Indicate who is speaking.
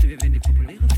Speaker 1: wenn eine populäre